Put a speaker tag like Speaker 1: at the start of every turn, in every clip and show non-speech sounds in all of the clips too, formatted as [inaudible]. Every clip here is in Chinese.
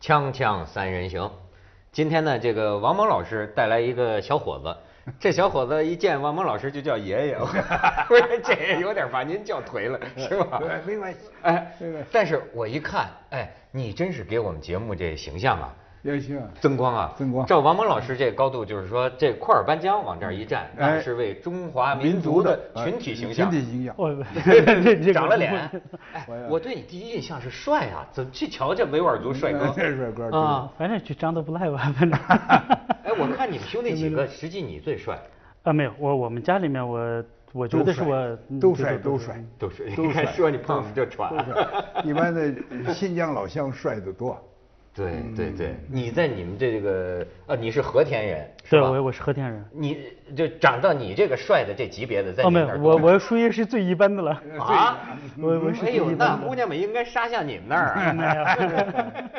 Speaker 1: 锵锵三人行，今天呢，这个王蒙老师带来一个小伙
Speaker 2: [laughs]
Speaker 1: 子，这小伙子一见王蒙老师就叫爷爷，我我说这也有点把您叫颓
Speaker 2: [laughs]
Speaker 1: 了，是吧？
Speaker 2: 对，没关系。
Speaker 1: 哎
Speaker 2: 没关系，
Speaker 1: 但是我一看，哎，你真是给我们节目这形象啊，
Speaker 2: 也行啊。
Speaker 1: 增光啊，
Speaker 2: 增光
Speaker 1: 照王蒙老师这高度，就是说这库尔班江往这儿一站，
Speaker 2: 哎
Speaker 1: 那是为中华民族的群体形象。
Speaker 2: 群体形象。
Speaker 1: [laughs]
Speaker 3: 我这这个
Speaker 1: 长了脸，哎
Speaker 2: 我也，
Speaker 1: 我对你第一印象是帅啊，怎么去瞧这维吾尔族帅哥？
Speaker 2: 嗯这帅哥
Speaker 1: 啊！
Speaker 3: 反正就长得不
Speaker 1: [laughs]
Speaker 3: 赖吧，反正。
Speaker 1: 哎，我看你们兄弟几个，实际你最帅，
Speaker 3: [laughs] 啊，没有，我我们家里面我我觉得是我
Speaker 2: 都
Speaker 3: 嗯对
Speaker 2: 帅
Speaker 3: 对
Speaker 2: 都
Speaker 3: 对
Speaker 2: 帅
Speaker 1: 都是
Speaker 2: 都
Speaker 1: 你看
Speaker 2: 帅
Speaker 1: 说你胖子就喘
Speaker 2: 都。帅。一般的新疆老乡帅
Speaker 1: [laughs]
Speaker 2: 得多。
Speaker 1: 对
Speaker 2: 嗯
Speaker 1: 对对，你在你们这个呃，你是和田人是
Speaker 3: 对，
Speaker 1: 吧？
Speaker 3: 我我是和田人。
Speaker 1: 你就长到你这个帅的这级别的，在
Speaker 3: 哦，
Speaker 1: 你
Speaker 3: 没
Speaker 1: 们
Speaker 3: 有
Speaker 1: 那儿，
Speaker 3: 我
Speaker 1: 多
Speaker 3: 我属于是最一般的
Speaker 2: [laughs]
Speaker 3: 了。
Speaker 1: 啊，
Speaker 3: 我我是
Speaker 1: 哎
Speaker 3: 最
Speaker 1: 呦，
Speaker 3: 一
Speaker 1: 那
Speaker 3: 般
Speaker 1: 姑
Speaker 3: 的。
Speaker 1: 娘们应该杀向你们那儿
Speaker 2: [laughs]
Speaker 1: 啊。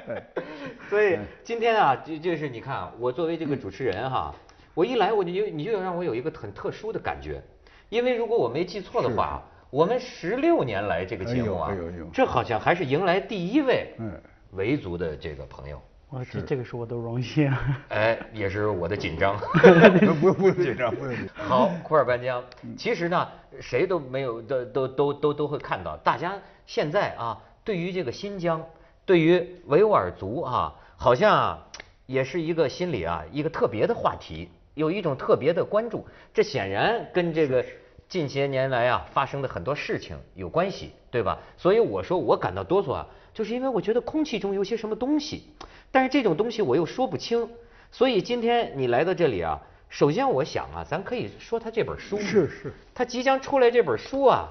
Speaker 2: 对，
Speaker 1: [laughs] 所以今天啊，这这是你看啊，我作为这
Speaker 2: 嗯
Speaker 1: 个主持人哈，我一来我就你就让我有一个很特殊的感觉，因为如果我没记错的话，我们十六年来这个节目啊
Speaker 2: 哎呦哎呦哎呦，
Speaker 1: 这好像还是迎来第一位
Speaker 2: 嗯
Speaker 1: 维族的这个朋友，
Speaker 3: [laughs] 我这这个是我的荣幸。
Speaker 1: 哎，也是我的紧
Speaker 2: [laughs]
Speaker 1: 张。
Speaker 2: 不用不用紧张，不用紧张。
Speaker 1: 好，库尔班江，其实呢，谁都没有，都都都都都会看到，大家现在啊，对于这个新疆，对于维吾尔族啊，好像啊也是一个心里啊一个特别的话题，有一种特别的关注，这显然跟这个近些年来啊发生的很多事情有关系，对吧？所以我说我感到哆嗦啊，就是因为我觉得空气中有些什么东西，但是这种东西我又说不清，所以今天你来到这里啊，首先我想啊，咱可以说他这本书
Speaker 2: 是是，
Speaker 1: 他即将出来这本书啊，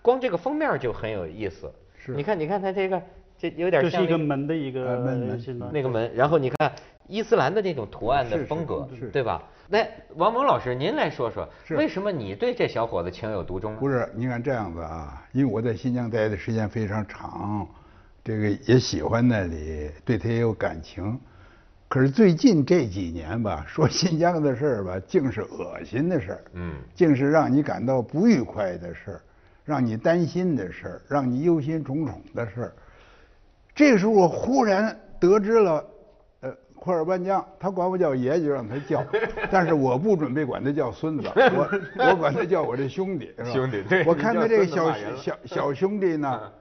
Speaker 1: 光这个封面就很有意思。
Speaker 2: 是
Speaker 1: 你看，你看他这个，这 [laughs] 有点
Speaker 3: 这
Speaker 1: 像
Speaker 3: 是一
Speaker 1: 那
Speaker 3: 个
Speaker 1: 个
Speaker 3: 门的一个
Speaker 2: 呃门门
Speaker 3: 是吗
Speaker 1: 那个门，然后你看伊斯兰的那种图案的
Speaker 2: 是是
Speaker 1: 风格，
Speaker 2: 是
Speaker 1: 对吧？那王蒙老师，您来说说，
Speaker 2: 是
Speaker 1: 为什么你对这小伙子情有独钟呢？
Speaker 2: 不是，你看这样子啊，因为我在新疆待的时间非常长，这个也喜欢那里，对他也有感情。可是最近这几年吧， [laughs] 说新疆的事儿吧，竟是恶心的事儿，
Speaker 1: 嗯
Speaker 2: 竟是让你感到不愉快的事儿，让你担心的事儿，让你忧心忡忡的事儿。这时候我忽然得知了，呃，库尔班江，他管我叫爷就让他
Speaker 1: [laughs]
Speaker 2: 叫，但是我不准备管他叫孙子，我我管他叫我这兄弟，是吧？
Speaker 1: 兄弟对
Speaker 2: 我看他这个
Speaker 1: 你叫孙子骂
Speaker 2: 小
Speaker 1: 人了
Speaker 2: 小小兄弟呢
Speaker 1: 嗯，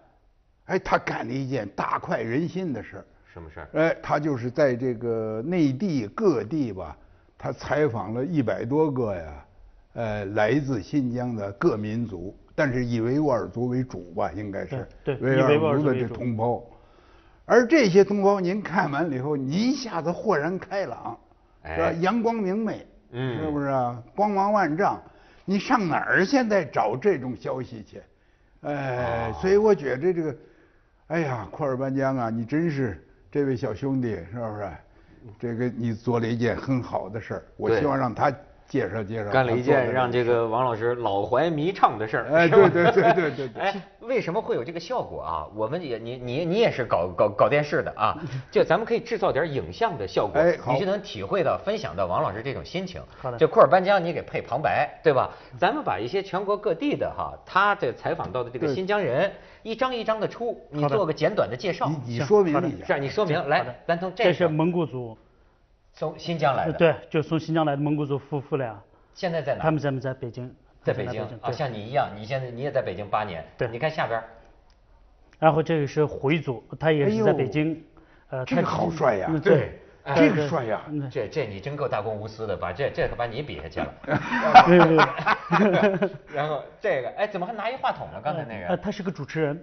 Speaker 2: 哎，他干了一件大快人心的事儿。
Speaker 1: 什么事儿？
Speaker 2: 哎，他就是在这个内地各地吧，他采访了一百多个呀，呃，来自新疆的各民族，但是以维吾尔族为主吧，应该是
Speaker 3: 对对以
Speaker 2: 维
Speaker 3: 维吾
Speaker 2: 尔
Speaker 3: 尔
Speaker 2: 族
Speaker 3: 族
Speaker 2: 的
Speaker 3: 为
Speaker 2: 这
Speaker 3: 主
Speaker 2: 同胞。而这些同胞，您看完了以后，你一下子豁然开朗，是吧
Speaker 1: 哎
Speaker 2: 阳光明媚，
Speaker 1: 嗯
Speaker 2: 是不是啊？光芒万丈，你上哪儿现在找这种消息去？
Speaker 3: 哦
Speaker 2: 哎，所以我觉着这个，哎呀，库尔班江啊，你真是这位小兄弟，是不是？这个你做了一件很好的事儿，我
Speaker 1: 对
Speaker 2: 希望让他介绍介绍。
Speaker 1: 干了一
Speaker 2: 他做
Speaker 1: 件
Speaker 2: 的
Speaker 1: 让
Speaker 2: 事
Speaker 1: 这个王老师老怀迷畅的事儿。
Speaker 2: 哎
Speaker 1: 是吧
Speaker 2: 对对对对对对
Speaker 1: [laughs] 哎，为什么会有这个效果啊？我们也你你你也是搞搞搞电视的
Speaker 2: [laughs]
Speaker 1: 啊，就咱们可以制造点影像的效果，
Speaker 2: 哎好
Speaker 1: 你就能体会到分享到王老师这种心情。
Speaker 3: 好的
Speaker 1: 就库尔班江你给配旁白，对吧？咱们把一些全国各地的哈，他这采访到的这个
Speaker 2: 对
Speaker 1: 新疆人，一张一张的出，你
Speaker 3: 好的
Speaker 1: 做个简短的介绍。
Speaker 2: 你你说明一
Speaker 1: 是
Speaker 2: 下，
Speaker 1: 啊，你说明来，咱从
Speaker 3: 这
Speaker 1: 这
Speaker 3: 是
Speaker 1: 个
Speaker 3: 蒙古族，
Speaker 1: 从新疆来
Speaker 3: 呃
Speaker 1: 的，，
Speaker 3: 对，就从新疆来的蒙古族夫妇俩，
Speaker 1: 现在在哪儿？
Speaker 3: 他们咱们在北京，
Speaker 1: 在
Speaker 3: 他们
Speaker 1: 北京啊，
Speaker 3: 对
Speaker 1: 像你一样，你现在你也在北京八年。
Speaker 3: 对
Speaker 1: 你看下边儿，
Speaker 3: 然后这个是回族，他也
Speaker 2: 哎
Speaker 3: 是
Speaker 2: 呦
Speaker 3: 在北京，呃，
Speaker 2: 这
Speaker 3: 他
Speaker 2: 个好帅呀
Speaker 3: 嗯
Speaker 1: 对
Speaker 3: 对，
Speaker 1: 哎
Speaker 2: 这个帅呀、
Speaker 3: 嗯
Speaker 1: 这这你真够大公无私的，把这这可把你比下去了。
Speaker 3: [laughs] 对对对。
Speaker 1: [laughs] 然后这个，哎，怎么还拿一话筒呢？刚才那
Speaker 3: 呃，
Speaker 1: 个，
Speaker 3: 他是个主持人。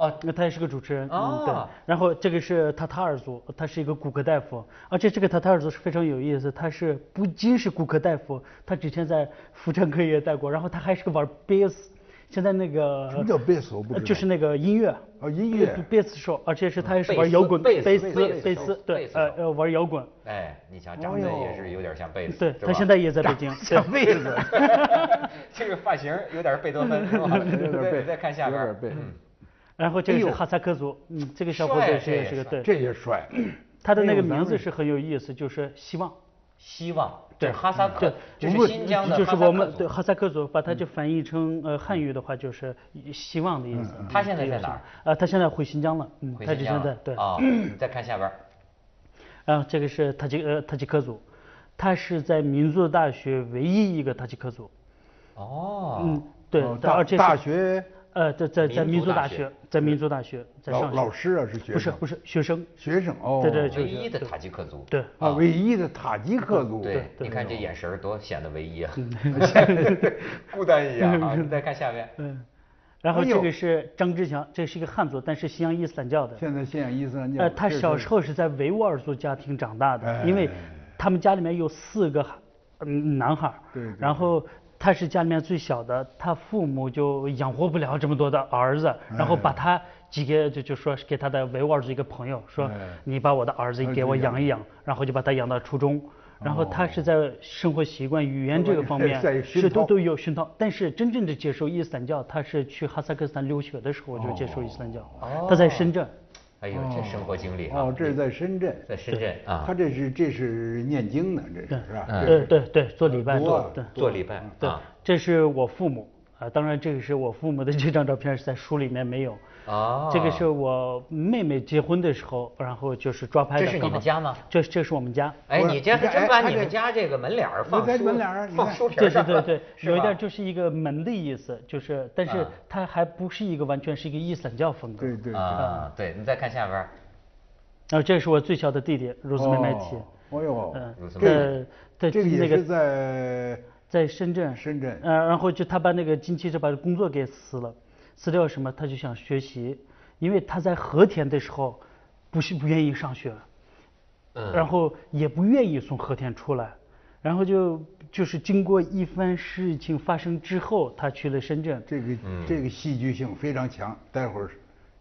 Speaker 1: 哦
Speaker 3: 那他也是个主持人。嗯，对
Speaker 1: 哦。
Speaker 3: 然后这个是塔塔尔族，他是一个骨科大夫，而且这个塔塔尔族是非常有意思，他是不仅是骨科大夫，他之前在妇产科也待过，然后他还是个玩贝斯，现在那个呃
Speaker 2: 什么叫贝斯我不知道
Speaker 3: 就是那个音乐。
Speaker 2: 哦音乐
Speaker 3: 贝斯手，而且是他也是
Speaker 1: 贝
Speaker 3: 玩摇
Speaker 1: 斯
Speaker 3: 滚，
Speaker 1: 贝斯
Speaker 3: 贝
Speaker 1: 贝
Speaker 3: 斯
Speaker 1: 斯
Speaker 3: 贝
Speaker 1: 手
Speaker 3: 斯，
Speaker 1: 贝
Speaker 3: 对，
Speaker 1: 斯
Speaker 3: 呃
Speaker 1: 手
Speaker 3: 呃，玩摇滚。
Speaker 1: 哎，你瞧长得也是有点像贝斯，
Speaker 3: 对
Speaker 1: 是
Speaker 3: 他
Speaker 1: 吧
Speaker 3: 现在也在北京。对
Speaker 2: 贝斯，
Speaker 1: [laughs] 这个发型有点贝多芬，是吧？
Speaker 3: [laughs]
Speaker 2: 有点
Speaker 1: 对
Speaker 2: 贝，
Speaker 1: 你再看下边
Speaker 2: 有
Speaker 1: 儿嗯
Speaker 2: 点，贝，
Speaker 3: 然后这个
Speaker 2: 哎
Speaker 3: 是
Speaker 2: 呦
Speaker 3: 哈萨克族，嗯，这个小伙子
Speaker 1: 帅
Speaker 3: 也是
Speaker 1: 这也
Speaker 3: 也是个
Speaker 1: 帅
Speaker 3: [laughs] 对，
Speaker 2: 这也帅。
Speaker 3: 他的
Speaker 2: 哎
Speaker 3: 那
Speaker 2: 呦
Speaker 3: 个
Speaker 2: 难
Speaker 3: 名字
Speaker 2: 为
Speaker 3: 是很有意思，就是希望。
Speaker 1: 希望，这
Speaker 3: 对
Speaker 1: 是哈萨克
Speaker 3: 对，
Speaker 1: 这
Speaker 2: 我
Speaker 1: 是
Speaker 2: 们
Speaker 1: 新疆的
Speaker 3: 就
Speaker 1: 哈
Speaker 3: 是
Speaker 1: 萨克
Speaker 3: 我们对
Speaker 1: 族。嗯
Speaker 3: 哈萨克族，把它就翻译成呃汉语的话，就是希望的意思。
Speaker 1: 嗯他现在在哪儿？
Speaker 3: 呃，他现在回新疆了，嗯，
Speaker 1: 回
Speaker 3: 他
Speaker 1: 新
Speaker 3: 就
Speaker 1: 疆哦
Speaker 3: 现在
Speaker 1: 了
Speaker 3: 对，
Speaker 1: 啊，你再看下边儿，
Speaker 3: 然后这个是塔吉呃塔吉克族，他是在民族大学唯一一个塔吉克族。
Speaker 1: 哦，
Speaker 3: 嗯，对，
Speaker 2: 哦
Speaker 3: 但
Speaker 2: 大
Speaker 3: 而且是
Speaker 2: 大学
Speaker 3: 呃，在在在
Speaker 1: 民
Speaker 3: 民
Speaker 1: 族
Speaker 3: 族
Speaker 1: 大
Speaker 3: 大
Speaker 1: 学
Speaker 3: 学，在民族大学，在
Speaker 2: 老
Speaker 3: 上
Speaker 2: 老
Speaker 3: 学
Speaker 2: 师啊是学
Speaker 3: 不是
Speaker 2: 生
Speaker 3: 不是学生，
Speaker 2: 学生哦，
Speaker 3: 对对就
Speaker 1: 唯
Speaker 3: 是
Speaker 1: 一的塔吉克族。
Speaker 3: 对，
Speaker 2: 啊，唯一的塔吉克族，
Speaker 1: 对，你
Speaker 3: 对
Speaker 1: 看这眼神儿多显得唯一啊， [laughs] 孤单一
Speaker 3: [laughs]
Speaker 1: 样啊。你再看下面，
Speaker 3: 嗯，然后
Speaker 2: 哎呦
Speaker 3: 这个是张志强，这是一个汉族，但是信仰伊斯兰教的。
Speaker 2: 现在信仰伊斯兰教，
Speaker 3: 呃，他
Speaker 2: 这是
Speaker 3: 小时候是在维吾尔族家庭长大的，因为
Speaker 2: 哎
Speaker 3: 他们家里面有四个孩嗯男孩儿，
Speaker 2: 对对
Speaker 3: 然后他是家里面最小的，他父母就养活不了这么多的儿子，
Speaker 2: 哎
Speaker 3: 然后把他几个就就说是给他的维吾尔族一个朋友说
Speaker 2: 哎，
Speaker 3: 你把我的儿子
Speaker 2: 儿子
Speaker 3: 给我
Speaker 2: 养哦
Speaker 3: 养一养，然后就把他养到初中。然后他是在生活习惯、语言这个方面
Speaker 2: 在熏
Speaker 3: 是都
Speaker 2: 陶
Speaker 3: 都有熏陶，但是真正的接受伊斯兰教，他是去哈萨克斯坦留学的时候就接受伊斯兰教，他在深圳。
Speaker 1: 哎呦，这生活经历啊
Speaker 2: 哦，，这是在深圳，
Speaker 1: 在深圳啊
Speaker 2: 他，这是这是念经呢，这是是吧？这
Speaker 3: 嗯对
Speaker 2: 是
Speaker 3: 对对，做礼拜
Speaker 2: 读啊
Speaker 3: 做对
Speaker 1: 做礼拜
Speaker 3: 对
Speaker 1: 啊，
Speaker 3: 这是我父母啊，当然这个是我父母的这张照片是在书里面没有，
Speaker 1: 哦，
Speaker 3: 这个是我妹妹结婚的时候，然后就是抓拍的。
Speaker 1: 这是你
Speaker 3: 刚好
Speaker 1: 们家吗？
Speaker 3: 这这是我们家。
Speaker 1: 哎，
Speaker 2: 不是
Speaker 1: 你这还
Speaker 2: 你看
Speaker 1: 真把
Speaker 2: 哎他
Speaker 1: 你们
Speaker 2: 这
Speaker 1: 家这个门脸儿
Speaker 2: 你
Speaker 1: 放
Speaker 2: 在
Speaker 1: 书
Speaker 2: 门脸儿你
Speaker 1: 放
Speaker 2: 看
Speaker 1: 书皮
Speaker 3: 对
Speaker 1: 儿
Speaker 3: 对
Speaker 1: 上
Speaker 3: 对对，
Speaker 1: 是
Speaker 3: 有一
Speaker 1: 吧
Speaker 3: 点就是一个门的意思，就是，但是
Speaker 1: 啊
Speaker 3: 它还不是一个完全是一个伊斯兰教风格。
Speaker 2: 对对
Speaker 1: 啊，对，你再看下边儿，
Speaker 3: 然后啊这是我最小的弟弟
Speaker 2: 对
Speaker 3: 如斯梅麦提，
Speaker 2: 哦呦，
Speaker 3: 嗯
Speaker 1: 如斯，梅
Speaker 3: 在在
Speaker 2: 这个也
Speaker 3: 那
Speaker 2: 是
Speaker 3: 个
Speaker 2: 在
Speaker 3: 在深圳，
Speaker 2: 深圳
Speaker 3: 呃，然后就他把那个近期就把工作给辞了，辞掉什么他就想学习，因为他在和田的时候不是不愿意上学，
Speaker 1: 嗯
Speaker 3: 然后也不愿意从和田出来，然后就就是经过一番事情发生之后，他去了深圳，
Speaker 2: 这个这个戏剧性非常强，待会儿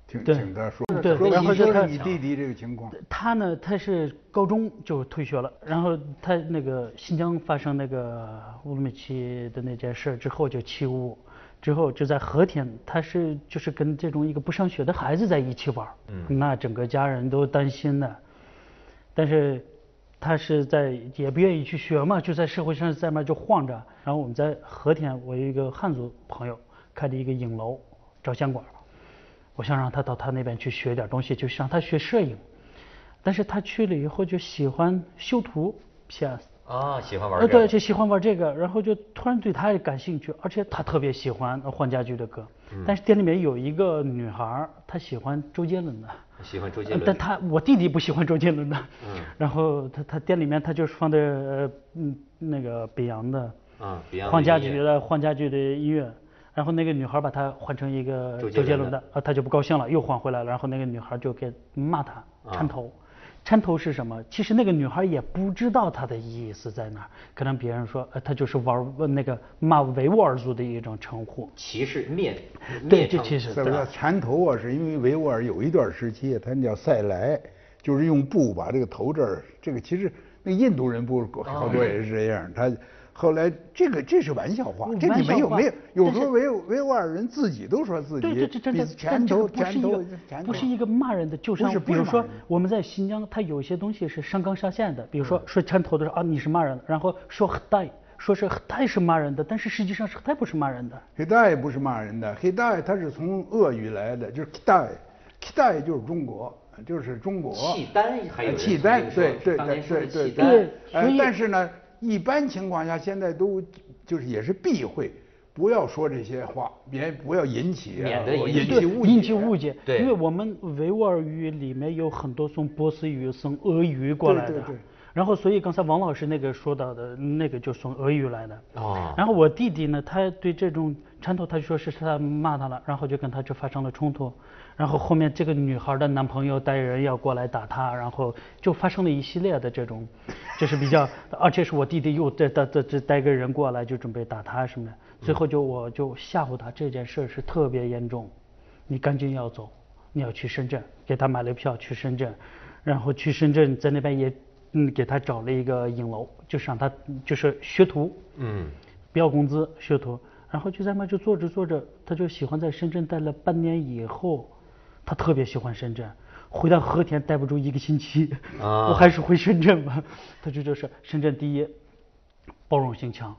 Speaker 2: 请
Speaker 3: 对
Speaker 2: 请他说
Speaker 3: 对
Speaker 2: 说
Speaker 3: 然后
Speaker 2: 你
Speaker 3: 就
Speaker 2: 说说
Speaker 3: 看
Speaker 2: 你弟弟这个情况，
Speaker 3: 他呢，他是高中就退学了，然后他那个新疆发生那个乌鲁木齐的那件事之后就七五，之后就在和田，他是就是跟这种一个不上学的孩子在一起玩，嗯，那整个家人都担心的，但是他是在也不愿意去学嘛，就在社会上在那就晃着。然后我们在和田，我有一个汉族朋友开的一个影楼照相馆，我想让他到他那边去学点东西，就是让他学摄影。但是他去了以后就喜欢修图 PS，
Speaker 1: 啊，喜欢玩
Speaker 3: 呃
Speaker 1: 这个
Speaker 3: 对，就喜欢玩这个，然后就突然对他也感兴趣，而且他特别喜欢呃黄家驹的歌。
Speaker 1: 嗯
Speaker 3: 但是店里面有一个女孩儿，她喜欢周杰伦的。
Speaker 1: 喜欢周杰
Speaker 3: 呃
Speaker 1: 伦，嗯
Speaker 3: 但他我弟弟不喜欢周杰伦的，然后他他店里面他就是放的呃嗯那个北洋的，
Speaker 1: 啊，Beyond 的
Speaker 3: 黄家
Speaker 1: 音乐
Speaker 3: 驹的黄家驹的音乐，然后那个女孩把他换成一个
Speaker 1: 周
Speaker 3: 周
Speaker 1: 杰
Speaker 3: 杰
Speaker 1: 伦
Speaker 3: 伦
Speaker 1: 的
Speaker 3: 的，啊他就不高兴了，又换回来了，然后那个女孩就给骂他
Speaker 1: 啊
Speaker 3: 缠头，缠头是什么？其实那个女孩也不知道他的意思在哪儿，可能别人说呃他就是玩儿呃那个骂维吾尔族的一种称呼，
Speaker 1: 歧视灭灭
Speaker 3: 对，这
Speaker 1: 唱
Speaker 3: 其实
Speaker 2: 再不叫缠头啊，是因为维吾尔有一段时期，啊他们叫塞莱，就是用布把这个头这儿，这个其实那印度人不是
Speaker 3: 哦
Speaker 2: 好多也是这样，他后来这个这是玩笑话，这
Speaker 3: 嗯玩
Speaker 2: 你
Speaker 3: 笑
Speaker 2: 没有
Speaker 3: 话
Speaker 2: 没有，有
Speaker 3: 但
Speaker 2: 时
Speaker 3: 是
Speaker 2: 候维吾维吾尔人自己都说自己
Speaker 3: 对对对，真
Speaker 2: 比
Speaker 3: 的，
Speaker 2: 缠
Speaker 3: 这
Speaker 2: 头
Speaker 3: 个不是
Speaker 2: 缠
Speaker 3: 一
Speaker 2: 头
Speaker 3: 个
Speaker 2: 缠头
Speaker 3: 不是一个骂人的，就
Speaker 2: 不是
Speaker 3: 像
Speaker 2: 不
Speaker 3: 比
Speaker 2: 是
Speaker 3: 如
Speaker 2: 骂
Speaker 3: 说
Speaker 2: 人的嗯
Speaker 3: 我们在新疆，它有一些东西是上纲上线的，比如说说缠头的时候啊你是骂人的，然后说带说是带是骂人的，但是实际上是带不是骂人的，
Speaker 2: 黑带不是骂人的，黑带它是从俄语来的，就是 k 带 k 带就是中国，就是中国。呃
Speaker 1: 契丹还有人
Speaker 2: 契
Speaker 1: 曾
Speaker 2: 丹
Speaker 1: 经，说
Speaker 2: 对对
Speaker 1: 当
Speaker 2: 对
Speaker 1: 年说
Speaker 2: 对
Speaker 1: 是
Speaker 2: 对
Speaker 1: 契丹
Speaker 3: 对
Speaker 2: 呃
Speaker 3: 所，以
Speaker 2: 但是呢，一般情况下现在都就是也是避讳，不要说这些话，别不要引起啊
Speaker 1: 免得
Speaker 2: 我
Speaker 1: 引
Speaker 2: 引
Speaker 1: 起
Speaker 2: 起
Speaker 3: 对
Speaker 2: 误解。
Speaker 3: 引起误解，
Speaker 1: 对
Speaker 3: 因为我们维吾尔语里面有很多从波斯语、从俄语过
Speaker 2: 对
Speaker 3: 来的，
Speaker 2: 对对
Speaker 3: 然后所以刚才王老师那个说到的那个就是从俄语来的。
Speaker 1: 哦
Speaker 3: 然后我弟弟呢，他对这种缠头，他就说是他骂他了，然后就跟他就发生了冲突，然后后面这个女孩的男朋友带人要过来打他，然后就发生了一系列的这种，就是比较，而且是我弟弟又带带带带带个人过来就准备打他什么的，最后就我就吓唬他这件事儿是特别严重，你赶紧要走，你要去深圳，给他买了票去深圳，然后去深圳在那边也嗯给他找了一个影楼，就是让他就是学徒，
Speaker 1: 嗯，
Speaker 3: 不要工资学徒，然后就在那就做着做着，他就喜欢在深圳待了半年以后，他特别喜欢深圳，回到和田待不住一个星期，
Speaker 1: 啊
Speaker 3: 我还是回深圳吧。他就就是深圳第一，包容性强，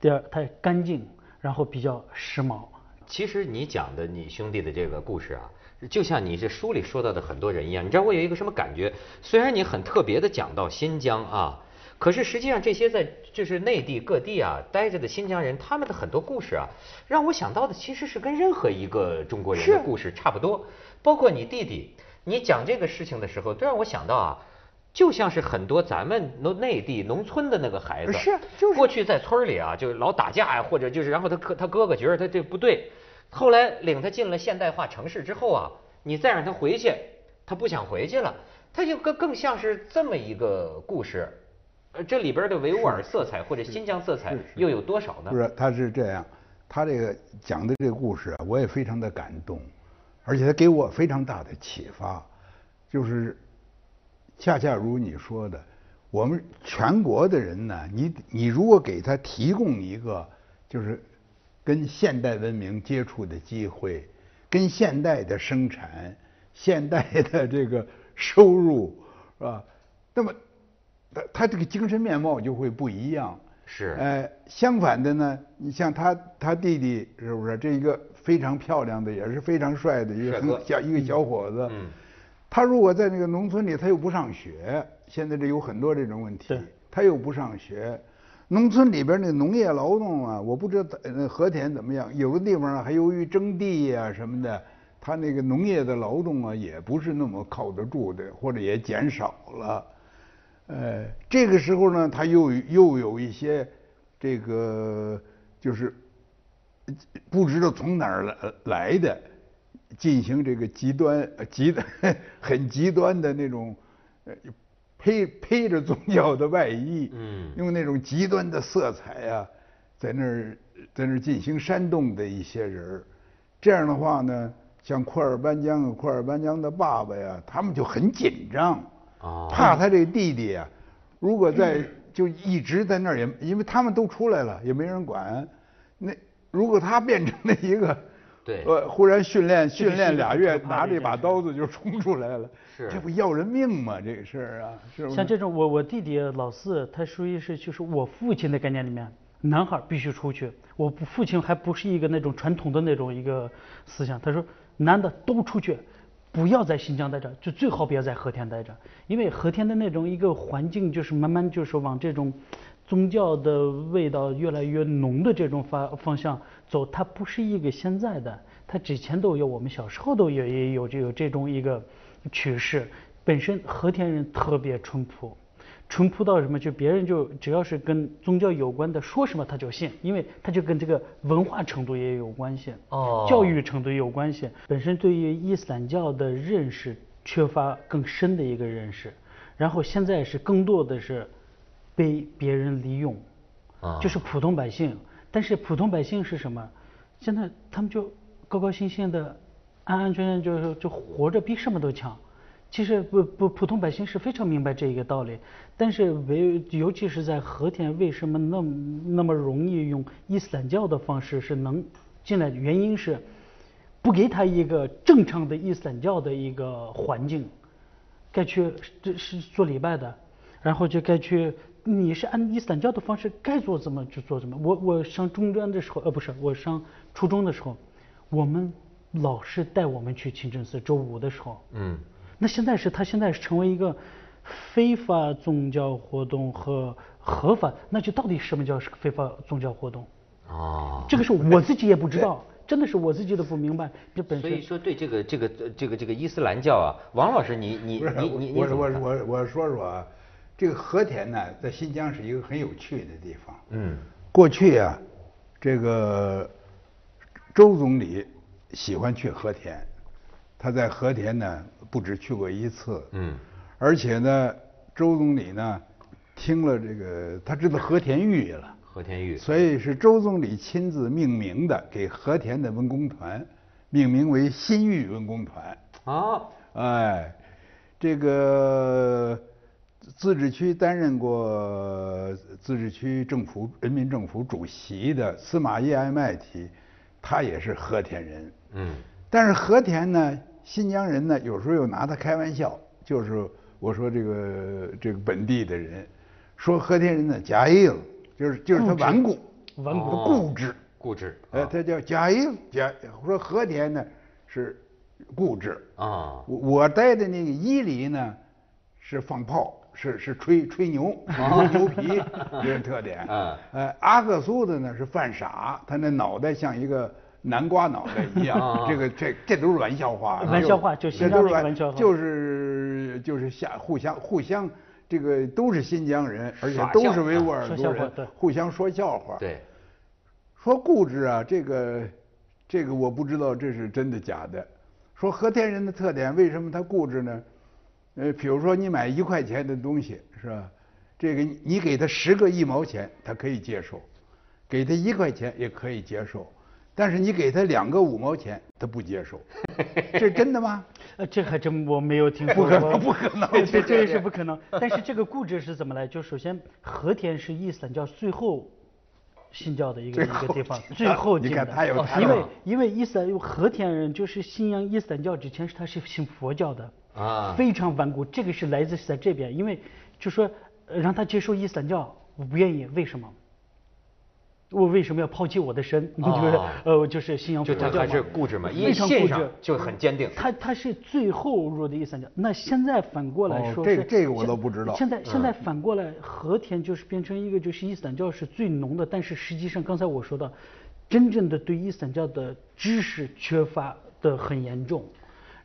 Speaker 3: 第二他也干净，然后比较时髦。
Speaker 1: 其实你讲的你兄弟的这个故事啊，就像你这书里说到的很多人一样，你知道我有一个什么感觉？虽然你很特别的讲到新疆啊，可是实际上这些在就是内地各地啊待着的新疆人，他们的很多故事啊，让我想到的其实是跟任何一个中国人的故事差不多。包括你弟弟，你讲这个事情的时候，都让我想到啊。就像是很多咱们农内地农村的那个孩子，
Speaker 4: 是就是
Speaker 1: 过去在村里啊，就是老打架呀、或者就是然后他哥他哥哥觉得他这不对，后来领他进了现代化城市之后啊，你再让他回去，他不想回去了，他就更更像是这么一个故事，呃，这里边的维吾尔色彩或者新疆色彩又有多少呢？
Speaker 2: 不是，他是这样，他这个讲的这个故事啊，我也非常的感动，而且他给我非常大的启发，就是恰恰如你说的，我们全国的人呢，你你如果给他提供一个就是跟现代文明接触的机会，跟现代的生产、现代的这个收入，是吧？那么他他这个精神面貌就会不一样。
Speaker 1: 是
Speaker 2: 呃，相反的呢，你像他他弟弟是不是这一个非常漂亮的，也是非常帅的一
Speaker 1: 帅
Speaker 2: 个
Speaker 1: 哥
Speaker 2: 很小一个小伙子，
Speaker 1: 嗯
Speaker 2: 他如果在那个农村里，他又不上学，现在这有很多这种问题
Speaker 3: 对，
Speaker 2: 他又不上学。农村里边那农业劳动啊，我不知道呃和田怎么样，有的地方啊还由于征地呀、什么的，他那个农业的劳动啊也不是那么靠得住的，或者也减少了。呃，这个时候呢，他又又有一些这个就是呃不知道从哪儿来来的，进行这个极端 [laughs] 呃极很极端的那种，呃，披披着宗教的外衣，
Speaker 1: 嗯
Speaker 2: 用那种极端的色彩啊，在那儿在那儿进行煽动的一些人儿这样的话呢，像库尔班江啊、库尔班江的爸爸呀，他们就很紧张，
Speaker 1: 哦
Speaker 2: 怕他这弟弟啊，如果在就一直在那儿也，因为他们都出来了，也没人管，那如果他变成了一个。
Speaker 1: 对
Speaker 2: 呃，忽然训练
Speaker 3: 这
Speaker 2: 训
Speaker 3: 个是
Speaker 2: 练
Speaker 3: 一个
Speaker 2: 俩
Speaker 3: 很
Speaker 2: 月，
Speaker 3: 可怕
Speaker 2: 拿
Speaker 3: 的一
Speaker 2: 这
Speaker 3: 件
Speaker 2: 把
Speaker 3: 事
Speaker 2: 刀子就冲出来了，
Speaker 1: 是
Speaker 2: 这不要人命吗？这个事儿啊，是不是？
Speaker 3: 像这种，我我弟弟老四，他属于是就是我父亲的概念里面，男孩儿必须出去。我不父亲还不是一个那种传统的那种一个思想，他说男的都出去，不要在新疆待着，就最好不要在和田待着，因为和田的那种一个环境就是慢慢就是往这种宗教的味道越来越浓的这种方方向走，它不是一个现在的，它之前都有，我们小时候都有也有这有这种一个趋势。本身和田人特别淳朴，淳朴到什么？就别人就只要是跟宗教有关的，说什么他就信，因为他就跟这个文化程度也有关系，
Speaker 1: 哦
Speaker 3: 教育程度也有关系。本身对于伊斯兰教的认识缺乏更深的一个认识，然后现在是更多的是被别人利用，
Speaker 1: 啊
Speaker 3: 就是普通百姓。但是普通百姓是什么？现在他们就高高兴兴的，安安全全就是就活着，比什么都强。其实不不，普通百姓是非常明白这一个道理，但是唯尤其是在和田，为什么那么那么容易用伊斯兰教的方式是能进来的？原因是不给他一个正常的伊斯兰教的一个环境，该去这是做礼拜的，然后就该去，你是按伊斯兰教的方式该做怎么就做怎么。我我上中专的时候，呃，不是，我上初中的时候，我们老师带我们去清真寺，周五的时候，
Speaker 1: 嗯，
Speaker 3: 那现在是他现在是成为一个非法宗教活动和合法，那就到底什么叫是非法宗教活动？
Speaker 1: 哦。
Speaker 3: 这个是我自己也不知道，真的是我自己都不明白。这本
Speaker 1: 所
Speaker 3: 身
Speaker 1: 以说，对这个这个这个这个伊斯兰教啊，王老师，你你
Speaker 2: 不是
Speaker 1: 你你你
Speaker 2: 我
Speaker 1: 怎么
Speaker 2: 我
Speaker 1: 看
Speaker 2: 我我说说啊，这个和田呢，在新疆是一个很有趣的地方。
Speaker 1: 嗯
Speaker 2: 过去啊，这个周总理喜欢去和田，他在和田呢不止去过一次。
Speaker 1: 嗯
Speaker 2: 而且呢，周总理呢听了这个，他知道和田玉了。
Speaker 1: 和田玉
Speaker 2: 所以是周总理亲自命名的，给和田的文工团命名为新域文工团。
Speaker 1: 啊，
Speaker 2: 哎，这个自治区担任过呃自治区政府人民政府主席的司马懿艾麦提，他也是和田人。
Speaker 1: 嗯
Speaker 2: 但是和田呢，新疆人呢，有时候又拿他开玩笑，就是我说这个这个本地的人，说和田人呢假硬，就是就是他顽固，
Speaker 3: 顽固
Speaker 2: 他固执，
Speaker 1: 固执
Speaker 2: 哎、
Speaker 1: 啊
Speaker 2: 他叫假硬假，说和田呢是固执。
Speaker 1: 啊
Speaker 2: 我我待的那个伊犁呢，是放炮，是是吹
Speaker 1: [laughs]
Speaker 2: 吹牛，牛皮，这是特点。
Speaker 1: 嗯
Speaker 2: 呃，阿克苏的呢是犯傻，他那脑袋像一个南瓜脑袋
Speaker 1: 啊
Speaker 2: 一样。这个这这都是玩笑话啊。
Speaker 3: 玩笑话就
Speaker 2: 这
Speaker 3: 新
Speaker 2: 都是
Speaker 3: 疆的玩笑话
Speaker 2: 就是就是下互相互相。这个都是新疆人，而且
Speaker 1: 耍
Speaker 2: 都
Speaker 1: 笑
Speaker 2: 是维
Speaker 1: 啊
Speaker 2: 吾尔
Speaker 3: 说
Speaker 2: 族
Speaker 3: 笑话
Speaker 2: 人
Speaker 3: 对，
Speaker 2: 互相说笑话。
Speaker 1: 对，
Speaker 2: 说固执啊，这个这个我不知道这是真的假的。说和田人的特点，为什么他固执呢？呃，比如说你买一块钱的东西是吧？这个你你给他十个一毛钱，他可以接受；给他一块钱也可以接受，但是你给他两个五毛钱，他不接受。这真的吗？
Speaker 3: 呃，这还真我没有听说过，
Speaker 2: 不可能
Speaker 3: 这这是不可能。但是这个固执是怎么来？就首先和田是伊斯兰教最后信教的一个一个地方，最后
Speaker 2: 你
Speaker 3: 进
Speaker 2: 看
Speaker 3: 的
Speaker 2: 他有
Speaker 3: 哦
Speaker 2: 他
Speaker 3: 因
Speaker 2: 有
Speaker 3: 为因为伊斯兰和田人就是信仰伊斯兰教之前是他是信佛教的
Speaker 1: 啊
Speaker 3: 非常顽固。这个是来自在这边，因为就说呃让他接受伊斯兰教，我不愿意，为什么？我为什么要抛弃我的神？你就是
Speaker 1: 哦
Speaker 3: 呃，我就是信仰佛
Speaker 1: 就
Speaker 3: 教
Speaker 1: 他
Speaker 3: 嘛。
Speaker 1: 还是固执嘛，一
Speaker 3: 非常
Speaker 1: 信
Speaker 3: 固
Speaker 1: 上
Speaker 3: 执，
Speaker 1: 就很坚定。
Speaker 3: 他他是最后入的伊斯兰教。那现在反过来
Speaker 2: 哦
Speaker 3: 说
Speaker 2: 这
Speaker 3: 是，
Speaker 2: 个这个我都不知道嗯
Speaker 3: 现在现在反过来，和田就是变成一个就是伊斯兰教是最浓的，但是实际上刚才我说到，真正的对伊斯兰教的知识缺乏的很严重。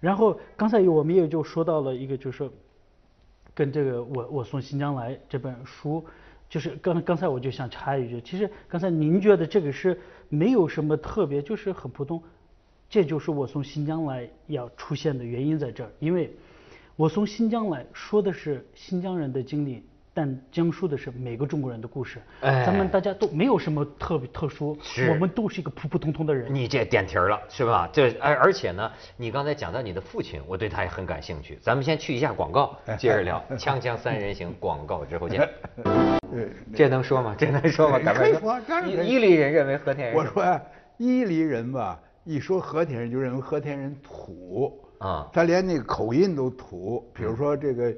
Speaker 3: 然后刚才我们也就说到了一个就是说。跟这个我我从新疆来这本书，就是刚刚才我就想插一句，其实刚才您觉得这个是没有什么特别，就是很普通，这就是我从新疆来要出现的原因在这儿，因为我从新疆来说的是新疆人的经历。但讲述的是每个中国人的故事，
Speaker 1: 哎
Speaker 3: 咱们大家都没有什么特别特殊
Speaker 1: 是，
Speaker 3: 我们都是一个普普通通的人。
Speaker 1: 你这点题儿了是吧？这而而且呢，你刚才讲到你的父亲，我对他也很感兴趣。咱们先去一下广告，
Speaker 2: 哎
Speaker 1: 接着聊《锵锵三人行》广告之后
Speaker 2: [laughs]
Speaker 1: 见。
Speaker 2: 呃，
Speaker 1: 这能说吗？这能说吗？
Speaker 2: 你
Speaker 1: 赶快
Speaker 2: 可以说当然可以
Speaker 1: 伊伊犁人认为和田人
Speaker 2: 我
Speaker 1: 是
Speaker 2: 说啊伊犁人吧，一说和田人就认为和田人土
Speaker 1: 啊
Speaker 2: 他连那个口音都土。比如说这个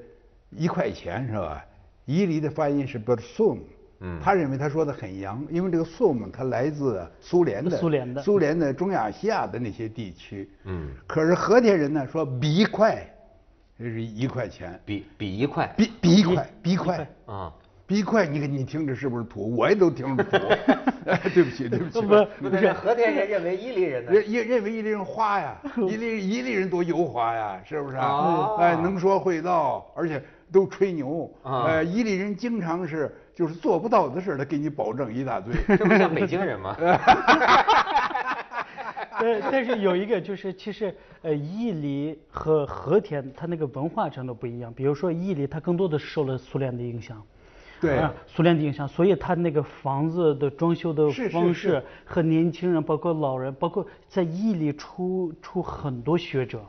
Speaker 2: 一块钱是吧？伊犁的发音是 b e r s u m
Speaker 1: 嗯
Speaker 2: 他认为他说的很洋，因为这个 sum 它来自苏联的
Speaker 3: 苏联的
Speaker 2: 苏联的中亚西亚的那些地区。
Speaker 1: 嗯
Speaker 2: 可是和田人呢说比块，这是一块钱，
Speaker 1: 比比一块
Speaker 2: 比比一块，比块
Speaker 3: 块。
Speaker 1: 啊，
Speaker 2: 比块，你看你听着是不是土？我也都
Speaker 1: [laughs]
Speaker 2: 听着土。哎，对不起，对不起。
Speaker 1: 不是和田人认为伊犁
Speaker 2: [laughs]
Speaker 1: 人呢？
Speaker 2: 认认认为伊犁人花呀，伊犁伊犁人多油滑呀，是不是
Speaker 1: 哦
Speaker 2: 啊？哎，能说会道，而且都吹牛。
Speaker 1: 啊
Speaker 2: 呃，伊犁人经常是就是做不到的事儿，他给你保证一
Speaker 1: [laughs]
Speaker 2: 大堆。
Speaker 1: 这不像北京人
Speaker 2: [laughs]
Speaker 1: 吗？
Speaker 3: [laughs] 但呃但是有一个就是，其实呃，伊犁和和田它那个文化程度不一样。比如说伊犁，它更多的受了苏联的影响，
Speaker 2: 对
Speaker 3: 啊苏联的影响，所以它那个房子的装修的
Speaker 2: 是是
Speaker 3: 方
Speaker 2: 是
Speaker 3: 式和年轻人，包括老人，包括在伊犁出出很多学者，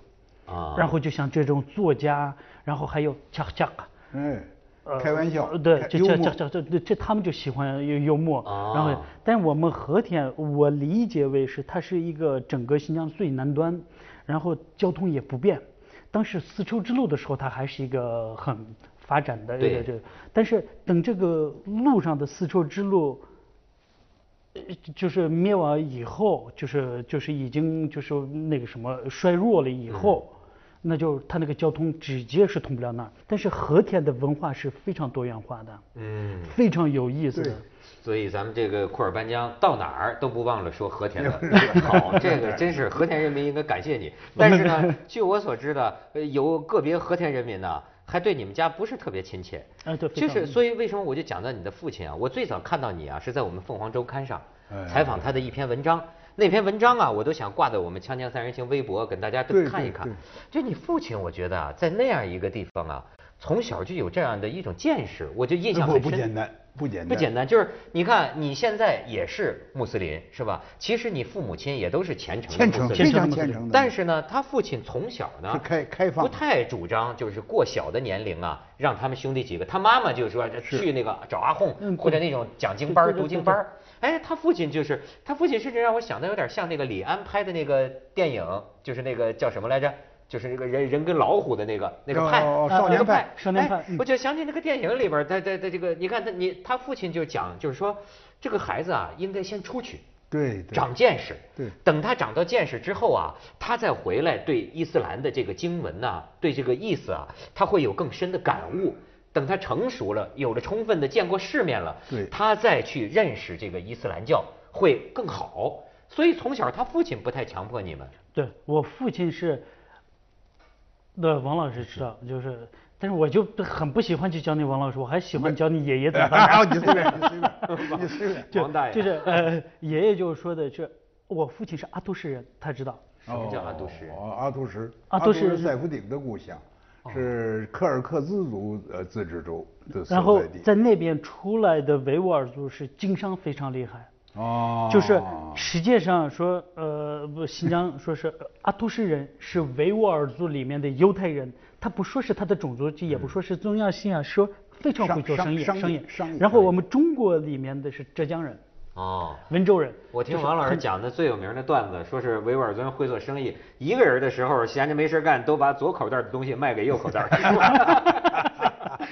Speaker 1: 啊，
Speaker 3: 然后就像这种作家，然后还有恰恰。
Speaker 2: 哎
Speaker 3: 呃，
Speaker 2: 开玩笑
Speaker 3: 呃，对
Speaker 2: 开，
Speaker 3: 这
Speaker 2: 幽
Speaker 3: 这
Speaker 2: 默
Speaker 3: 这这这这这他们就喜欢幽幽默，然后
Speaker 1: 啊，
Speaker 3: 但我们和田，我理解为是它是一个整个新疆最南端，然后交通也不便。当时丝绸之路的时候，它还是一个很发展的一
Speaker 1: 对
Speaker 3: 个这个，但是等这个路上的丝绸之路呃就是灭亡以后，就是就是已经就是那个什么衰弱了以后，
Speaker 1: 嗯
Speaker 3: 那就它那个交通直接是通不了那儿。但是和田的文化是非常多元化的，
Speaker 1: 嗯，
Speaker 3: 非常有意思的。
Speaker 1: 所以咱们这个库尔班江到哪儿都不忘了说和
Speaker 2: [laughs]
Speaker 1: 田的好，这个真是和田人民应该感谢你。但是呢，据我所知呢，呃有个别和田人民呢，还对你们家不是特别亲切。
Speaker 3: 哎对非
Speaker 1: 就
Speaker 3: 常
Speaker 1: 是所以为什么我就讲到你的父亲啊？我最早看到你啊，是在我们凤凰周刊上
Speaker 2: 哎
Speaker 1: 采访他的一篇文章。那篇文章啊，我都想挂在我们《锵锵三人行》微博跟大家都
Speaker 2: 对
Speaker 1: 看一
Speaker 2: 对
Speaker 1: 看
Speaker 2: 对。
Speaker 1: 就你父亲，我觉得啊，在那样一个地方啊，从小就有这样的一种见识，我就印象
Speaker 2: 不
Speaker 1: 很深。
Speaker 2: 不简单，不简单，
Speaker 1: 不简单，就是你看你现在也是穆斯林是吧？其实你父母亲也都是虔诚的
Speaker 2: 虔诚，
Speaker 1: 穆斯
Speaker 2: 非
Speaker 1: 林，
Speaker 2: 常虔诚的。
Speaker 1: 但是呢，他父亲从小呢
Speaker 2: 是开开放
Speaker 1: 不太主张就是过小的年龄啊，让他们兄弟几个，他妈妈就说去那个找阿訇
Speaker 3: 嗯
Speaker 1: 或者那种讲经班儿、
Speaker 3: 对对
Speaker 1: 读
Speaker 3: 对
Speaker 1: 经班儿。哎，他父亲就是他父亲，甚至让我想的有点像那个李安拍的那个电影，就是那个叫什么来着？就是那个人人跟老虎的那个那个派，呃
Speaker 2: 哦
Speaker 1: 那
Speaker 2: 少
Speaker 1: 个
Speaker 2: 年
Speaker 1: 派
Speaker 2: 派，
Speaker 3: 少年派
Speaker 1: 哎
Speaker 3: 嗯
Speaker 1: 我就想起那个电影里边儿，他他他这个，你看他你他父亲就讲，就是说这个孩子啊，应该先出去，
Speaker 2: 对对 [laughs]
Speaker 1: 长见识。
Speaker 2: 对
Speaker 1: 等他长到见识之后啊，他再回来对伊斯兰的这个经文呐、对这个意思啊，他会有更深的感悟。等他成熟了，有了充分的见过世面了，
Speaker 2: 对
Speaker 1: 他再去认识这个伊斯兰教会更好。所以从小他父亲不太强迫你们。
Speaker 3: 对我父亲是，对王老师知道，就是，但是我就很不喜欢去教那王老师，我还喜欢教你爷爷怎么办。
Speaker 1: [laughs]
Speaker 2: 然后哎你随便，你随便，你随便。
Speaker 3: [laughs] 就
Speaker 1: 王大爷
Speaker 3: 就是呃，爷爷就说的这，我父亲是阿都市人，他知道。
Speaker 1: 什么叫阿都什人
Speaker 2: 哦，阿图什，
Speaker 3: 阿
Speaker 2: 阿
Speaker 3: 都什
Speaker 2: 什
Speaker 3: 是
Speaker 2: 塞夫顶的故乡，
Speaker 1: 哦
Speaker 2: 是柯尔克孜族呃自治州的所
Speaker 3: 然后
Speaker 2: 在地。
Speaker 3: 在那边出来的维吾尔族是经商非常厉害，
Speaker 2: 哦，
Speaker 3: 就是实际上说，呃，不，新疆说是呃阿图什人是维吾尔族里面的犹太人，他不说是他的种族，也不说是宗教信仰，说非常
Speaker 2: 商
Speaker 3: 会做生意，
Speaker 2: 商商
Speaker 3: 生
Speaker 2: 业商业
Speaker 3: 然后我们中国里面的是浙江人、
Speaker 1: 哦，
Speaker 3: 温州人，
Speaker 1: 我听
Speaker 3: 就是
Speaker 1: 王老师
Speaker 3: 很
Speaker 1: 讲的最有名的段子，说是维吾尔族人会做生意，一个人的时候闲着没事儿干，都把左口袋的东西卖给右口袋儿。 [laughs]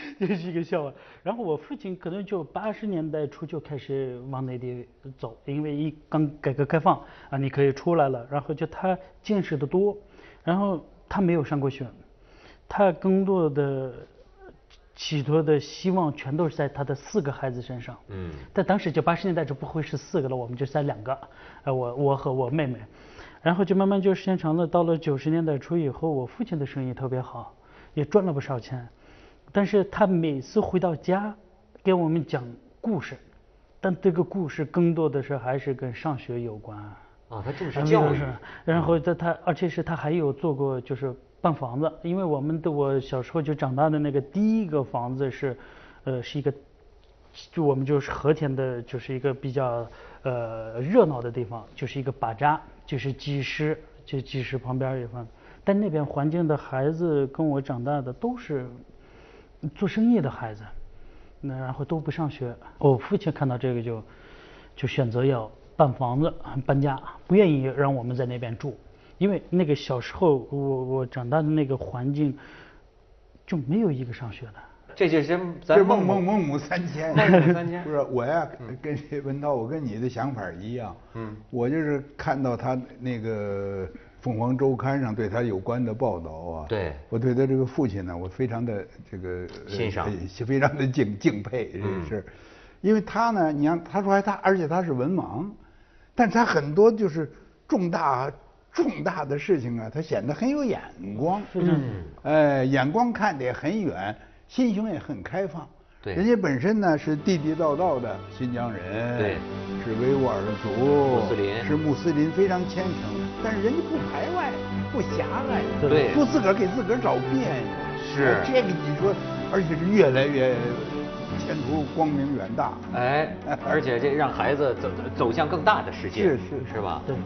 Speaker 3: [laughs] 这是一个笑话。然后我父亲可能就八十年代初就开始往内地走，因为一刚改革开放啊，你可以出来了，然后就他见识的多，然后他没有上过学，他更多的企图的希望全都是在他的四个孩子身上。
Speaker 1: 嗯
Speaker 3: 在当时就八十年代就不会是四个了，我们就塞两个，呃，我我和我妹妹，然后就慢慢就时间长了，到了九十年代初以后，我父亲的生意特别好，也赚了不少钱，但是他每次回到家，给我们讲故事，但这个故事更多的是还是跟上学有关。
Speaker 1: 啊，他重视教育
Speaker 3: 是。然后他他，而且是他还有做过就是办房子，因为我们的我小时候就长大的那个第一个房子是，呃，是一个，就我们就是和田的，就是一个比较呃热闹的地方，就是一个巴扎，就是技师，就技师旁边儿有一方，但那边环境的孩子跟我长大的都是做生意的孩子，那然后都不上学。我父亲看到这个就就选择要搬房子、搬家，不愿意让我们在那边住，因为那个小时候我我长大的那个环境就没有一个上学的。
Speaker 1: 这就是咱
Speaker 2: 这
Speaker 1: 孟
Speaker 2: 孟
Speaker 1: 孟
Speaker 2: 孟孟母三迁，
Speaker 1: 孟母三迁
Speaker 2: [laughs] 不是我呀，跟文涛，我跟你的想法一样。
Speaker 1: 嗯
Speaker 2: 我就是看到他那个《凤凰周刊》上对他有关的报道啊。
Speaker 1: 对
Speaker 2: 我对他这个父亲呢，我非常的这个呃
Speaker 1: 欣赏
Speaker 2: 呃非常的敬敬佩这
Speaker 1: 嗯
Speaker 2: 个事儿，因为他呢，你看他说还他，而且他是文盲，但他很多就是重大重大的事情啊，他显得很有眼光。
Speaker 1: 嗯
Speaker 2: 哎，眼光看得也很远，心胸也很开放。
Speaker 1: 对
Speaker 2: 人家本身呢是地地道道的新疆人，
Speaker 1: 对，
Speaker 2: 是维吾尔族，
Speaker 1: 穆斯林
Speaker 2: 是穆斯林，非常虔诚，但是人家不排外，不狭隘，
Speaker 1: 对
Speaker 2: 不自个儿给自个儿找别扭。
Speaker 1: 是
Speaker 2: 哎这个你说，而且是越来越呃前途光明远大。
Speaker 1: 哎，而且这让孩子走走向更大的世界，
Speaker 2: 是是
Speaker 1: 是吧？
Speaker 3: 对